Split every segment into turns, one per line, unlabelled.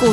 股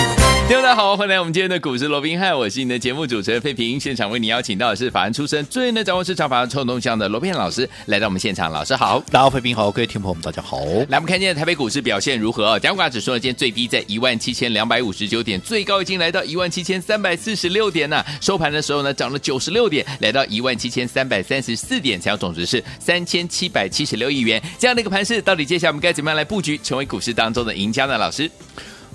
听众大家好，欢迎来我们今天的股市罗宾汉，我是你的节目主持人费平。现场为你邀请到的是法案出身、最能掌握市场法案臭动向的罗宾汉老师来到我们现场，老师好。
大家好，飞平好，各位听众朋友们，大家好。
来，我们看今天的台北股市表现如何？加股指数呢，今天最低在一万七千两百五十九点，最高已经来到一万七千三百四十六点呐、收盘的时候呢，涨了九十六点，来到一万七千三百三十四点，成交总值是三千七百七十六亿元。这样的一个盘势，到底接下来我们该怎么样来布局，成为股市当中的赢家呢？老师，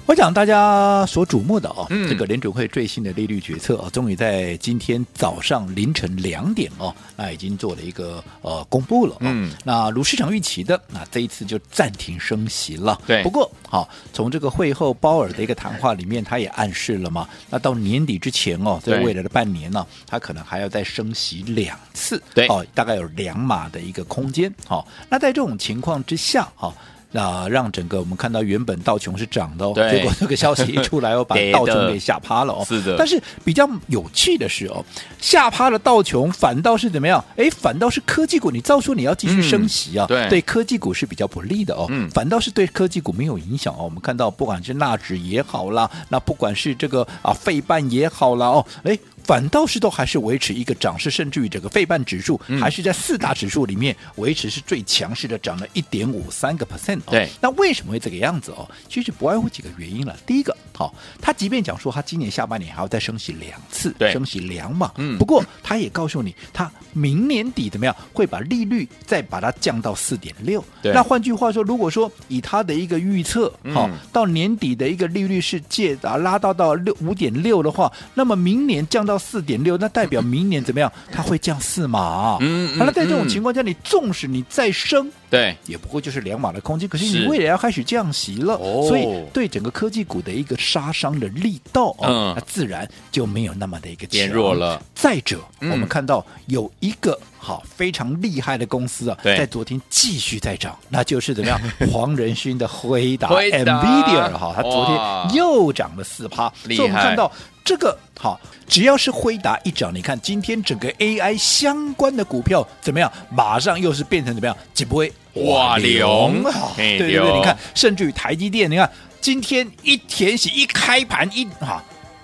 我想大家所瞩目的哦，
嗯
这个联准会最新的利率决策哦，终于在今天早上凌晨两点哦，那已经做了一个呃公布了、哦。
嗯，
那如市场预期的，那这一次就暂停升息了。
对
不过好、从这个会后鲍尔的一个谈话里面，他也暗示了嘛，那到年底之前哦，在
对
未来的半年呢、他可能还要再升息两次。
对
哦，大概有两码的一个空间。好、那在这种情况之下，好、那、让整个我们看到原本道琼是涨的哦，
对
结果这个消息一出来哦，把
跌的
道琼给吓趴了哦。
是的
但是比较有趣的是哦，吓趴了道琼，反倒是怎么样？哎，反倒是科技股，你照说你要继续升息啊，
嗯对
对科技股是比较不利的哦，
嗯
反倒是对科技股没有影响哦。我们看到不管是纳指也好啦，那不管是这个啊费半也好啦哦，哎。反倒是都还是维持一个涨势，甚至于整个费半指数、
嗯
还是在四大指数里面维持是最强势的，涨了一点五三个 percent 哦。
对
那为什么会这个样子哦？其实不外乎几个原因了。第一个，好、他即便讲说他今年下半年还要再升息两次
对，
升息两码，
嗯
不过他也告诉你，他明年底怎么样会把利率再把它降到四点六。
对
那换句话说，如果说以他的一个预测，好、
嗯
到年底的一个利率是借啊拉到到六五点六的话，那么明年降到四点六，那代表明年怎么样？它会降四码。
嗯嗯
好了，在这种
嗯
情况下，你纵使你再升，
对，
也不过就是两码的空间。可是
是
你未来要开始降息了，
哦
所以对整个科技股的一个杀伤的力道啊、
嗯
那自然就没有那么的一个
变
强
弱了。
再者，
嗯
我们看到有一个好非常厉害的公司啊，
对
在昨天继续在涨，那就是怎 么样？黄仁勋的辉达
辉达
NVIDIA 哈，它
哇
昨天又涨了四趴，所
厉害
以我们看到。这个好，只要是辉达一涨，你看今天整个 AI 相关的股票怎么样？马上又是变成怎么样？几不会
哇哎龙
啊
嘿
对对对，
对
你看，甚至于台积电，你看今天一填息一开盘一啊，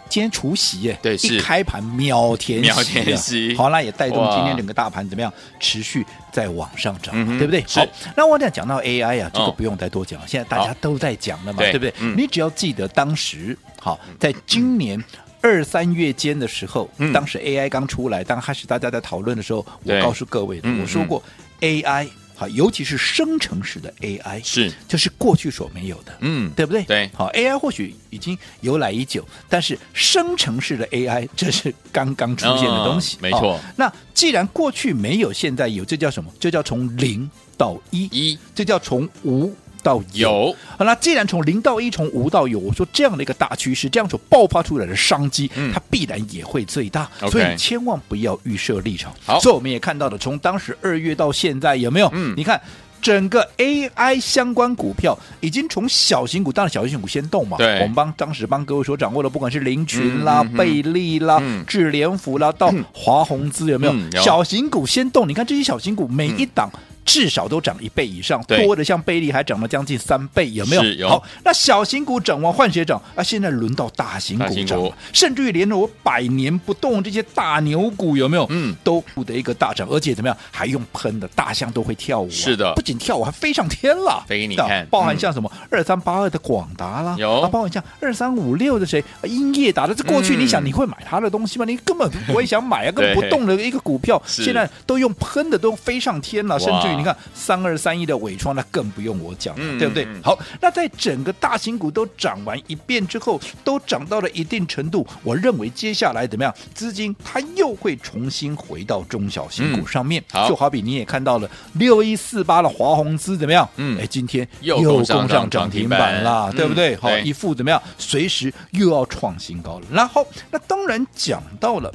今天除夕耶，
对是
一开盘秒填息啊，
秒填息
好，那也带动今
哇
天整个大盘怎么样持续在往上涨
嗯哼
嘛，对不对？
是
好，那我想讲到 AI 啊，这个
哦
不用再多讲，现在大家
好
都在讲了嘛，
对
对不对
嗯？
你只要记得当时好，在今年。二三月间的时候，
嗯
当时 AI 刚出来，当开始大家在讨论的时候，我
对
告诉各位的
嗯，
我说过 AI 好，尤其是生成式的 AI
是，
就是过去所没有的，
嗯，
对不对？
对
好，AI 或许已经由来已久，但是生成式的 AI 这是刚刚出现的东西，
嗯没错
哦那既然过去没有，现在有，这叫什么？这叫从零到一，
一
这叫从无到有。
有
好，那既然从零到一，从无到有，我说这样的一个大趋势，这样所爆发出来的商机，
嗯
它必然也会最大，
OK
所以你千万不要预设立场。
好
所以我们也看到了，从当时二月到现在，有没有？
嗯
你看。整个 AI 相关股票已经从小型股，当然小型股先动嘛。
对
我们帮当时帮各位所掌握的，不管是林群啦、
嗯嗯嗯
贝利啦、
嗯
智联福啦，到华宏资有没有？
嗯有
小型股先动，你看这些小型股每一档至少都涨一倍以上，
对
多的像贝利还涨了将近三倍，有没有？
是有
好，那小型股涨完换血涨啊，现在轮到大型
大
股
型
涨
股
了，甚至于连我百年不动这些大牛股有没有？
嗯，
都有的一个大涨，而且怎么样，还用喷的，大象都会跳舞啊、
是的
不仅跳舞还飞上天了，
飞给你看
啊包含
嗯
像什么二三八二的广达啦，
有
啊，包含像二三五六的谁啊英业达的，这过去
嗯
你想你会买它的东西吗？你根本不会 想买啊，根本不
对
动的一个股票，
是
现在都用喷的，都用飞上天了，甚至
哇
于你看三二三一的伟创，那更不用我讲了，
嗯
对不对？
嗯嗯
好，那在整个大型股都涨完一遍之后，都涨到了一定程度，我认为接下来怎么样，资金它又会重新回到中小型股上面。
嗯好
就好比你也看到了六一四八的华宏资怎么样？
嗯
哎，今天
又
攻
攻上
上
涨
涨
停
停
板
板啦，
嗯
对不对？好，
对
一副怎么样，随时又要创新高了。然后，那当然讲到了。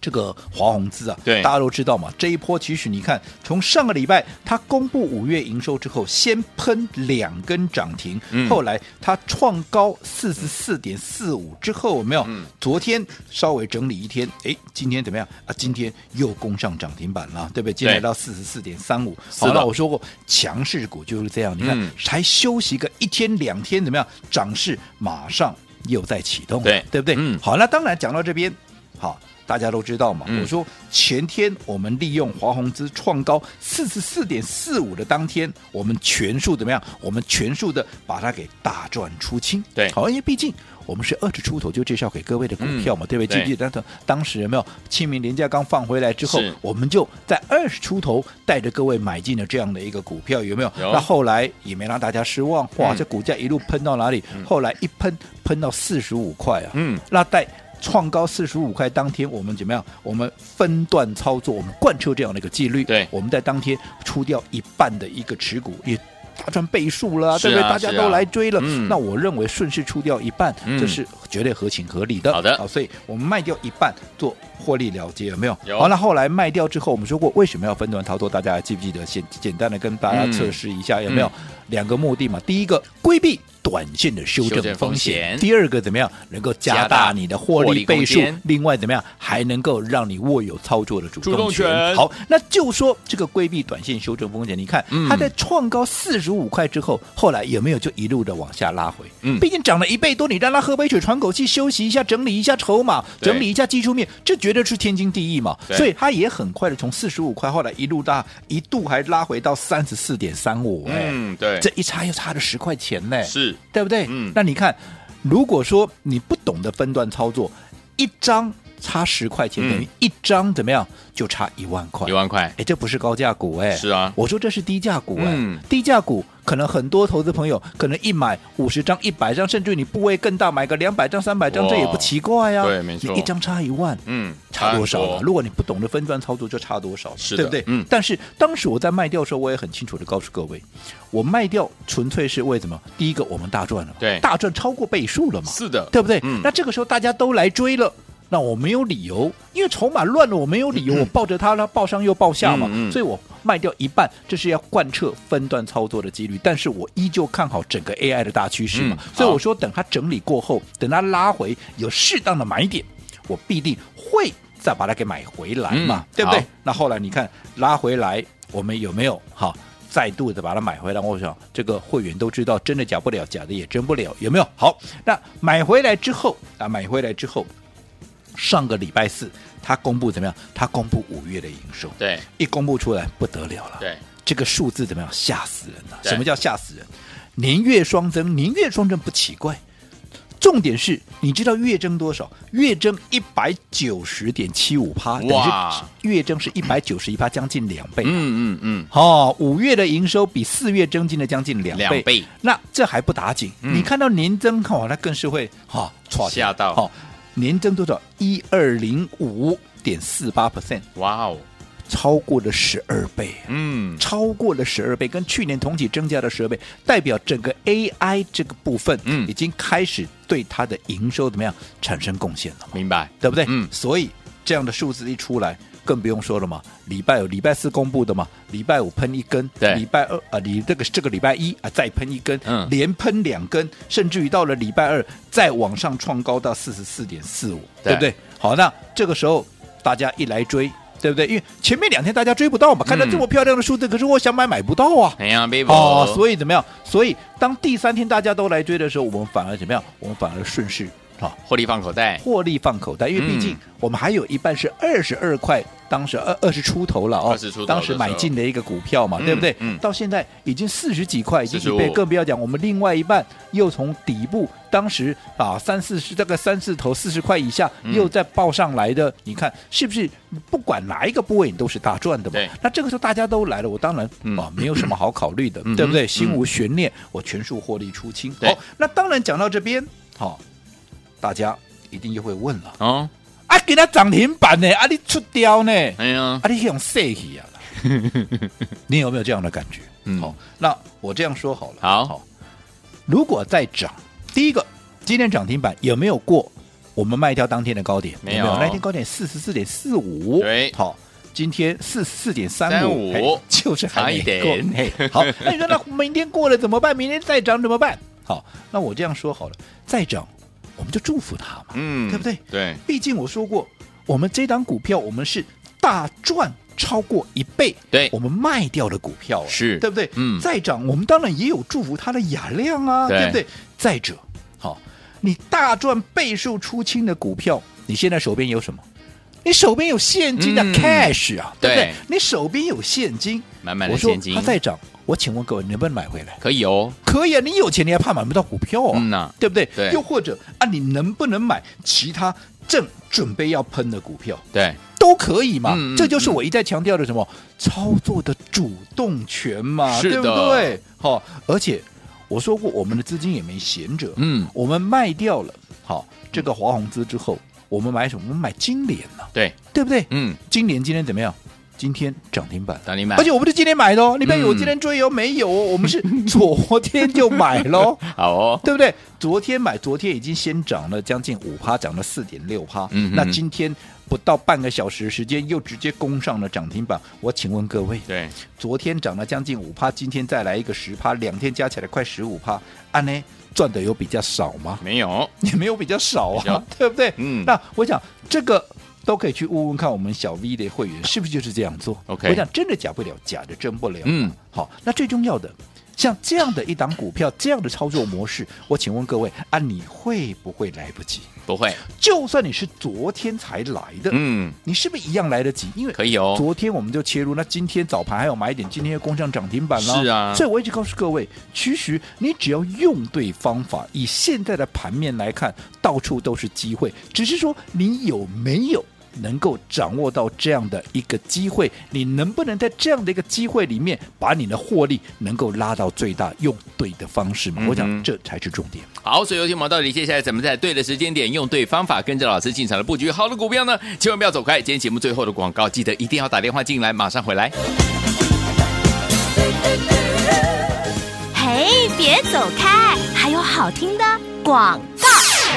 这个华宏资啊，
对
大家都知道嘛，这一波其实你看，从上个礼拜它公布五月营收之后，先喷两根涨停，
嗯
后来它创高四十四点四五之后，有没有？
嗯
昨天稍微整理一天，哎，今天怎么样啊？今天又攻上涨停板了，对不对？今天来到四十四点三五。
是的
好了，我说过强势股就是这样，你看、
嗯
才休息个一天两天，怎么样？涨势马上又在启动了，
对
对不对？
嗯
好，那当然讲到这边，好，大家都知道嘛。
嗯
我说前天我们利用华宏资创高四十四点四五的当天，我们全数怎么样？我们全数的把它给大赚出清。
对
好，因为毕竟。我们是二十出头就介绍给各位的股票嘛，对不对？记
嗯对
不记得当当时有没有清明廉价刚放回来之后
是，
我们就在二十出头带着各位买进了这样的一个股票，有没有？
有
那后来也没让大家失望，哇，
嗯
这股价一路喷到哪里？后来一喷喷到四十五块啊，
嗯，
那在创高四十五块当天，我们怎么样？我们分段操作，我们贯彻这样的一个纪律。
对
我们在当天出掉一半的一个持股，也大赚倍数了啊、
是啊
对不对？大家
是啊
都来追了。
嗯
那我认为顺势出掉一半，
嗯
这是绝对合情合理的。啊
好的
好，所以我们卖掉一半做获利了结，有没有？
有
好，那后来卖掉之后，我们说过为什么要分段操作？大家还记不记得？简简单的跟大家
嗯
测试一下，有没有、两个目的嘛？第一个，规避短线的修
修
正
正风
风
险
险；第二个，怎么样能够
加
加
大
大你的获
获利
利倍数
空间？
另外怎么样还能够让你握有操作的主
主动
动权？
权
好，那就说这个规避短线修正风险，你看、
嗯
它在创高四十五块之后，后来有没有就一路的往下拉回？
嗯
毕竟涨了一倍多，你让它喝杯水、喘口气、休息一下、整理一下筹码、
对
整理一下技术面，这绝对是天经地义嘛。
对
所以它也很快的从四十五块，后来一路拉，一度还拉回到三十四点三五，哎、
嗯，对，
这一差又差了十块钱呢、
是
对不对？
嗯
那你看，如果说你不懂得分段操作，一张差十块钱，
嗯
等于一张怎么样就差一万块
一。万块，
哎，这不是高价股哎、
是啊
我说这是低价股哎、
嗯
低价股可能很多投资朋友可能一买五十张、一百张，甚至于你部位更大，买个两百张、三百张，
哇
这也不奇怪呀、
对没错
你一张差一万，
嗯，
差多少啊
差
了？
很
如果你不懂得分段操作，就差多少了，
是的
对不对？
嗯
但是当时我在卖掉的时候，我也很清楚的告诉各位，我卖掉纯粹是为什么？第一个，我们大赚了嘛，
对
大赚超过倍数了嘛，
是的，
对不对？
嗯
那这个时候大家都来追了。那我没有理由，因为筹码乱了，我没有理由，我抱着它呢，抱上又抱下嘛，
嗯嗯嗯
所以我卖掉一半，这是要贯彻分段操作的纪律。但是我依旧看好整个 AI 的大趋势嘛，
嗯
所以
好
我说等它整理过后，等它拉回有适当的买点，我必定会再把它给买回来嘛，
嗯
对不对
好？
那后来你看拉回来，我们有没有好？再度的把它买回来，我想这个会员都知道，真的假不了，假的也真不了，有没有？好，那买回来之后啊，买回来之后，上个礼拜四他公布怎么样？他公布五月的营收，
对
一公布出来不得了了，
对，
这个数字怎么样？吓死人了！
对
什么叫吓死人？年月双增，年月双增不奇怪，重点是你知道月增多少？月增一百九十点七五趴，等于
哇
是月增是一百九十一趴，将近两倍。
嗯嗯嗯，
哦，五月的营收比四月增进了将近两倍，
两倍
那这还不打紧，
嗯
你看到年增，看哇，那更是会哈、哦、
吓到
哦，年增多少？一二零五点四八 percent，
哇哦，
超过了十二倍。啊
嗯，
超过了十二倍，跟去年同期增加了十二倍，代表整个 AI 这个部分，
嗯
已经开始对它的营收怎么样产生贡献了嘛，
明白，
对不对？
嗯
所以这样的数字一出来，更不用说了嘛。礼拜五、礼拜四公布的嘛，礼拜五喷一根，
对
礼拜二啊，你、这个这个礼拜一啊再喷一根，
嗯
连喷两根，甚至于到了礼拜二再往上创高到四十四点四五，
对
对不对？好，那这个时候大家一来追。对不对？因为前面两天大家追不到嘛，看到这么漂亮的数字，可是我想买买不到啊。
嗯哎呀，贝
哦，
以
所以怎么样？所以当第三天大家都来追的时候，我们反而怎么样？我们反而顺势啊，
获利放口袋，
获利放口袋，因为
嗯
毕竟我们还有一半是二十二块，当时二二十出头了哦
20出头，
当时买进的一个股票嘛，
嗯
对不对
嗯？
到现在已经四十几块，已经一倍，
45
更不要讲我们另外一半又从底部，当时啊三四十这个三四头四十块以下
嗯
又再报上来的，你看是不是？不管哪一个部位，你都是大赚的嘛
对。
那这个时候大家都来了，我当然
嗯
啊没有什么好考虑的
嗯，
对不对？
嗯
心无悬念，我全数获利出清。
对
好，那当然讲到这边，好，大家一定又会问了。
哦，
啊，给它涨停板呢，啊，你出掉呢，啊，
哎呀，
你用射去啊 啦，你有没有这样的感觉？
嗯
好，那我这样说好了，
好
如果再涨，第一个，今天涨停板有没有过我们卖掉当天的高点，
没有
那天高点四十四点四五，
对
好。今天四四点三五，
35
嘿就是还没
差一
过
点。
嘿好，那你说那明天过了怎么办？明天再涨怎么办？好，那我这样说好了，再涨我们就祝福它嘛。
嗯
对不对
对，
毕竟我说过，我们这档股票我们是大赚超过一倍，
对
我们卖掉的股票、啊、
是
对不对？
嗯
再涨我们当然也有祝福它的雅量啊，
对
对不对？再者，好、你大赚倍数出清的股票，你现在手边有什么？你手边有现金的
嗯
cash 啊，对不
对
对？你手边有现金，
满满的
我说
现金
它再涨，我请问各位能不能买回来？
可以哦，
可以啊，你有钱你还怕买不到股票啊？
嗯呐
对不对？
对
又或者啊，你能不能买其他正准备要喷的股票？
对，
都可以嘛，
嗯嗯嗯
这就是我一再强调的什么、操作的主动权嘛，
是
对
的
不对？好、而且我说过，我们的资金也没闲着，
嗯，
我们卖掉了好、这个华宏资之后，我们买什么？我们买金联呐、
对，
对不对？
嗯，
金联今天怎么样？今天涨停板，
涨停板
而且我不是今天买的哦，你不要以为我
哎嗯
今天追哦，没有哦，我们是昨天就买 喽。
好哦，
对不对？昨天买，昨天已经先涨了将近五趴，涨了四点六趴。
嗯哼
那今天不到半个小时时间，又直接攻上了涨停板。我请问各位，
对，
昨天涨了将近五趴，今天再来一个十趴，两天加起来快十五趴，按、呢赚的有比较少吗？
没有，
也没有比较少
比较
啊， 对不对？
嗯
那我想这个。都可以去问问看，我们小 V 的会员是不是就是这样做
OK
我想真的假不了，假的真不了。
嗯，
好，那最重要的，像这样的一档股票，这样的操作模式，我请问各位啊，你会不会来不及？
不会，
就算你是昨天才来的，
嗯，
你是不是一样来得及？因为
可以哦，
昨天我们就切入，那今天早盘还有买点，今天又攻上涨停板了。
是啊
所以我一直告诉各位，其实你只要用对方法，以现在的盘面来看，到处都是机会，只是说你有没有。能够掌握到这样的一个机会，你能不能在这样的一个机会里面，把你的获利能够拉到最大，用对的方式嘛？
嗯哼
我想这才是重点。
好，所以有请毛到底接下来怎么在对的时间点，用对方法，跟着老师进场的布局好的股票呢？千万不要走开，今天节目最后的广告，记得一定要打电话进来，马上回来。
嘿，别走开，还有好听的广告。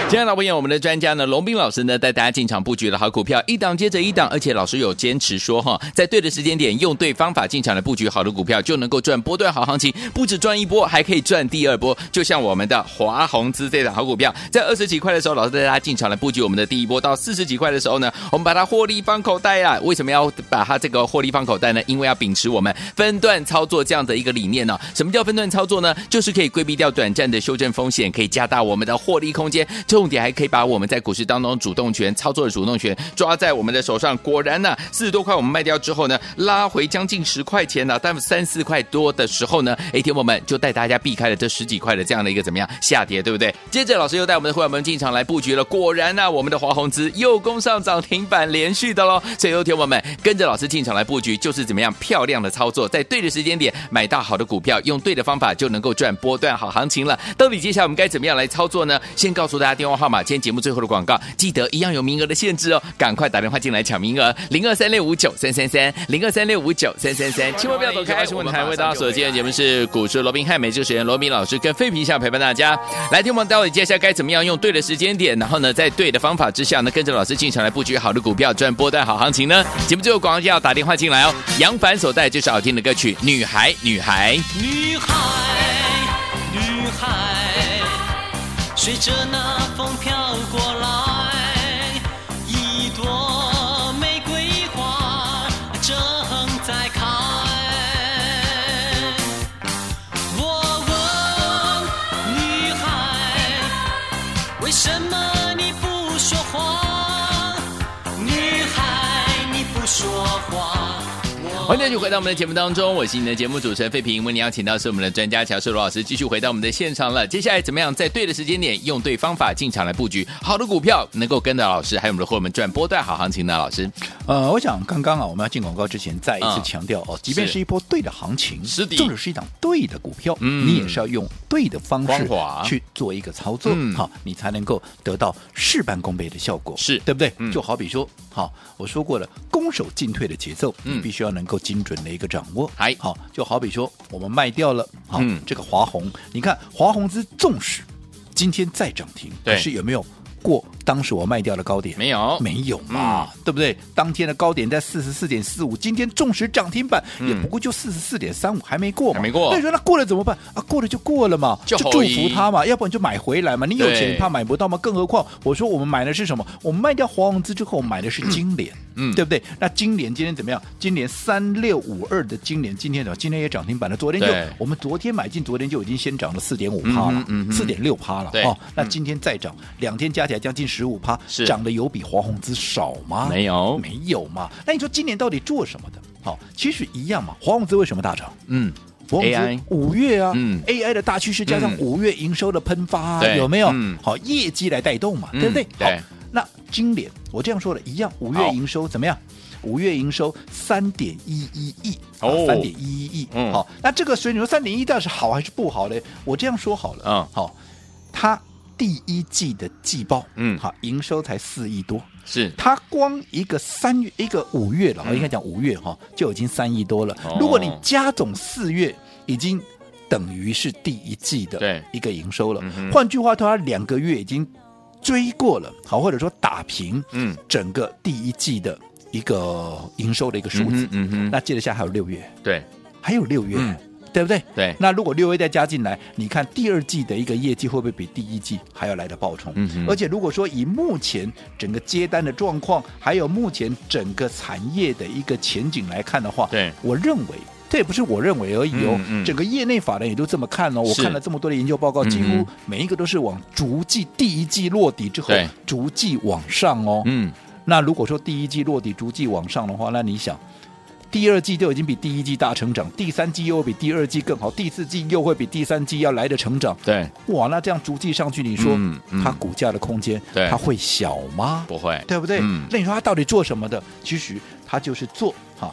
亲爱的朋友我们的专家呢，龙斌老师呢，带大家进场布局的好股票，一档接着一档，而且老师有坚持说哈，在对的时间点，用对方法进场的布局好的股票，就能够赚波段好行情，不止赚一波，还可以赚第二波。就像我们的华宏资这档好股票，在二十几块的时候，老师带大家进场来布局我们的第一波，到四十几块的时候呢，我们把它获利放口袋啦。为什么要把它这个获利放口袋呢？因为要秉持我们分段操作这样的一个理念呢、什么叫分段操作呢？就是可以规避掉短暂的修正风险，可以加大我们的获利空间，重点还可以把我们在股市当中主动权、操作的主动权抓在我们的手上。果然呢、四十多块我们卖掉之后呢，拉回将近十块钱呢、但三四块多的时候呢，哎，天我们就带大家避开了这十几块的这样的一个怎么样下跌，对不对？接着老师又带我们的会员们进场来布局了，果然呢、我们的华宏资又攻上涨停板，连续的喽。所以，有天我们跟着老师进场来布局，就是怎么样漂亮的操作，在对的时间点买到好的股票，用对的方法就能够赚波段好行情了。到底接下来我们该怎么样来操作呢？先告诉大家电话号码，今天节目最后的广告，记得一样有名额的限制哦，赶快打电话进来抢名额，零二三六五九三三三，零二三六五九三三三，千万不要走开。新闻台为大家所今天节目是股市罗宾汉，每这个时间罗宾老师跟费平下陪伴大家。来，听我们到底接下来该怎么样用对的时间点，然后呢，在对的方法之下呢，跟着老师进场来布局好的股票，赚波段好行情呢？节目最后广告就要打电话进来哦。杨凡所带就是好听的歌曲《女孩女孩》。
女孩，女孩，随着那风飘过来，一朵玫瑰花正在开。我问女孩，为什么你不说话？女孩，你不说话。我
欢迎继续回到我们的节目当中，我是你的节目主持人费平。为你邀请到是我们的专家乔世罗老师，继续回到我们的现场了。接下来怎么样在对的时间点，用对方法进场来布局好的股票，能够跟着老师还有我们的伙伴们赚波段好行情呢？老师
呃，我想刚刚啊，我们要进广告之前，再一次
嗯
强调哦，即便
是
是一波对的行情，
是的
或者是一档对的股票，
嗯
你也是要用对的方式
光滑
去做一个操作
嗯，
好，你才能够得到事半功倍的效果，
是
对不对
嗯？
就好比说，好，我说过了，攻守进退的节奏，
嗯
你必须要能够精准的一个掌握
哎，
好，就好比说我们卖掉了，好
嗯，
这个华虹，你看华虹资纵使今天再涨停，
对
可是有没有过当时我卖掉的高点
没有
没有嘛，
嗯
对不对？当天的高点在四十四点四五，今天纵使涨停板、也不过就四十四点三五，还没过
嗯
嘛，
还没过
那你说那过了怎么办啊？过了就过了嘛，
就
就
好
祝
一
福他嘛，要不然就买回来嘛。你有
对
钱你怕买不到吗？更何况我说我们买的是什么？我们卖掉华王资之后，我们买的是金莲，
嗯
对不对？那金莲今天怎么样？金莲三六五二的金莲今天怎么样？今天也涨停板了，昨天就
对
我们昨天买进，昨天就已经先涨了四点五趴了
嗯哼嗯，哼
四点六趴了
对嗯
哦。那今天再涨，两天加起来将近十五趴
是，
涨的有比黄宏资少吗？
没有
没有嘛。那你说今年到底做什么的？好、其实一样嘛。黄宏资为什么大涨？
嗯，
黄宏
AI
资五月啊、
嗯
a i 的大趋势加上
嗯
五月营收的喷发啊、
对
有没有？
嗯
好，业绩来带动嘛，
嗯
对不对？好
对，
那今年我这样说的一样，五
好
月营收怎么样？五月营收三点一一亿，
哦
三点一一亿，
嗯
好，那这个所以你说三点一到底是好还是不好嘞？我这样说好了，
嗯
好，它第一季的季报，
嗯
好，营收才四亿多，
是
它光一个三月一个五月了，
嗯
应该讲五月哈，就已经三亿多了
哦。
如果你加总四月，已经等于是第一季
对
的一个营收了
嗯哼。
换句话说，它两个月已经追过了，好，或者说打平，
嗯，
整个第一季的一个营收的一个数字。
嗯哼嗯哼
那接着下来还有六月，
对
还有六月
嗯，
对不对？
对
那如果六月再加进来，你看第二季的一个业绩会不会比第一季还要来的爆冲？
嗯哼
而且如果说以目前整个接单的状况，还有目前整个产业的一个前景来看的话，
对
我认为。这也不是我认为而已哦，
嗯嗯
整个业内法人也都这么看哦。我
是
看了这么多的研究报告，
嗯
几乎
嗯
每一个都是往逐季第一季落底之后
对，
逐季往上哦。
嗯
那如果说第一季落底逐季往上的话，那你想，第二季就已经比第一季大成长，第三季又会比第二季更好，第四季又会比第三季要来的成长。
对
哇，那这样逐季上去，你说、
嗯嗯
它股价的空间
对
它会小吗？
不会
对不对？
嗯
那你说它到底做什么的？其实它就是做哈。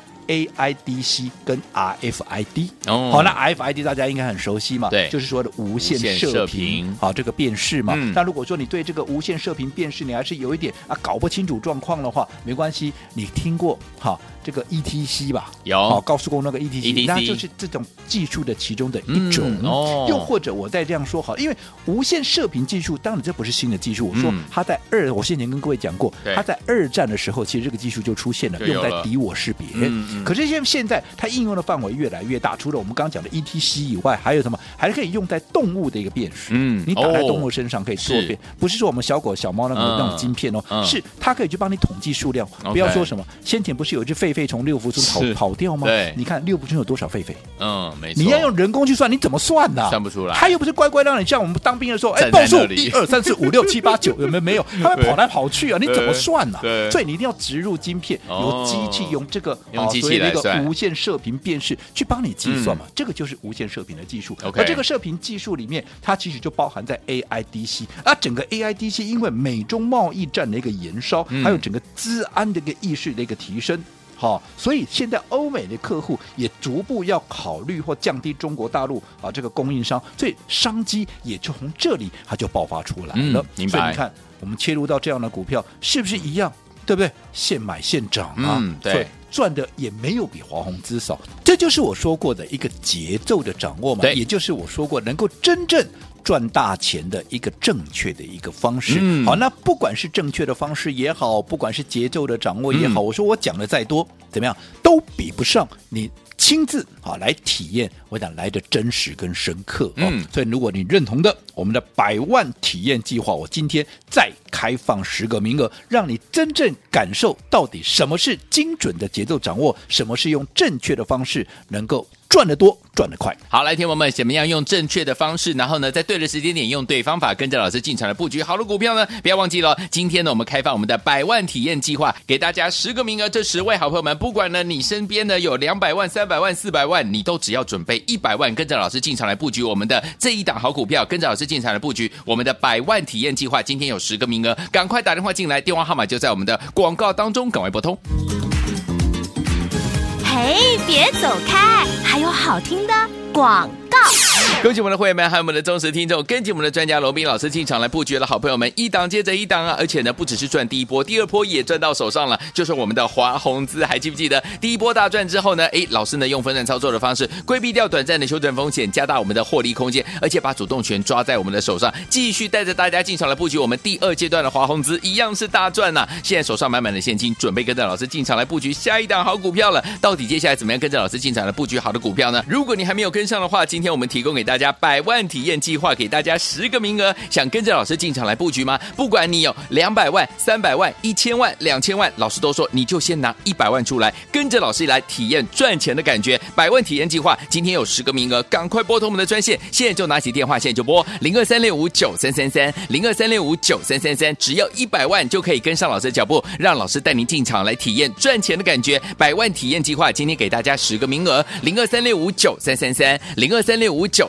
AIDC 跟 RFID，、
哦
好，那 RFID 大家应该很熟悉嘛，
对
就是说的无线
无线射
射
频
频，好，这个辨识嘛。
嗯
那如果说你对这个无线射频辨识你还是有一点啊搞不清楚状况的话，没关系，你听过哈这个 ETC 吧？
有
好，高速公路那个 ETC，,
ETC
那就是这种技术的其中的一种。
嗯哦
又或者我再这样说好，因为无线射频技术，当然这不是新的技术，我说
嗯
它在二，我先前跟各位讲过
对，
它在二战的时候，其实这个技术就出现了，
就有
用
了
在敌我识别。
嗯嗯
可是现现在它应用的范围越来越大，除了我们刚刚讲的 ETC 以外，还有什么？还可以用在动物的一个辨识。
嗯
你打在
哦
动物身上可以做
是
辨，不是说我们小狗、小猫那
嗯
种那种晶片哦
嗯，
是它可以去帮你统计数量。
OK
不要说什么，先前不是有一只狒狒从六福
是
村跑跑掉吗
对？
你看六福村有多少狒狒？
嗯，没错，
你要用人工去算，你怎么算呢、
算不出来
他又不是乖乖让你像我们当兵的时候，哎，
站在
报数
那里
一二三四五六七八九，有没有？ 没有，他会跑来跑去啊，你怎么算呢、
对
所以你一定要植入晶片，
哦
由机器用这个
用
啊
机器
所以那
来
个
算嗯
无线射频辨识去帮你计算嘛，这个就是无线射频的技术。
OK
而这个射频技术里面，它其实就包含在 AIDC 啊，整个 AIDC 因为美中贸易战的一个延烧，
嗯
还有整个治安的一个意识的一个提升。好、所以现在欧美的客户也逐步要考虑或降低中国大陆啊这个供应商，所以商机也就从这里它就爆发出来了。
嗯明白
所以你看，我们切入到这样的股票，是不是一样？对不对？现买现涨啊，
嗯对
所以赚的也没有比华宏资少，这就是我说过的一个节奏的掌握嘛，
对
也就是我说过能够真正。赚大钱的一个正确的一个方式，
嗯
好，那不管是正确的方式也好，不管是节奏的掌握也好，
嗯
我说我讲的再多，怎么样都比不上你亲自啊来体验，我想来的真实跟深刻哦。
嗯
所以如果你认同的我们的百万体验计划，我今天再开放十个名额，让你真正感受到底什么是精准的节奏掌握，什么是用正确的方式能够赚得多、赚得快。
好，来，听我们怎么样用正确的方式，然后呢，在对的时间点用对方法，跟着老师进场来布局好的股票呢？不要忘记了，今天呢，我们开放我们的百万体验计划，给大家十个名额，这十位好朋友们，不管呢你身边呢有两百万、三百万、四百万，你都只要准备一百万，跟着老师进场来布局我们的这一档好股票，跟着老师进场来布局我们的百万体验计划，今天有十个名额，赶快打电话进来，电话号码就在我们的广告当中，赶快拨通。
嘿，别走开，还有好听的广告。
恭喜我们的会员们和我们的忠实听众，跟紧我们的专家罗斌老师进场来布局的好朋友们，一档接着一档啊！而且呢，不只是赚第一波，第二波也赚到手上了，就是我们的华宏资，还记不记得第一波大赚之后呢？哎，老师呢用分散操作的方式，规避掉短暂的修正风险，加大我们的获利空间，而且把主动权抓在我们的手上，继续带着大家进场来布局我们第二阶段的华宏资，一样是大赚啊呐、现在手上满满的现金，准备跟着老师进场来布局下一档好股票了。到底接下来怎么样跟着老师进场来布局好的股票呢？如果你还没有跟上的话，今天我们提供给大家百万体验计划，给大家十个名额，想跟着老师进场来布局吗？不管你有两百万、三百万、一千万、两千万，老师都说你就先拿一百万出来，跟着老师来体验赚钱的感觉。百万体验计划今天有十个名额，赶快拨通我们的专线，现在就拿起电话，现在就拨零二三六五九三三三零二三六五九三三三，只要一百万就可以跟上老师的脚步，让老师带您进场来体验赚钱的感觉。百万体验计划今天给大家十个名额，零二三六五九三三三零二三六五九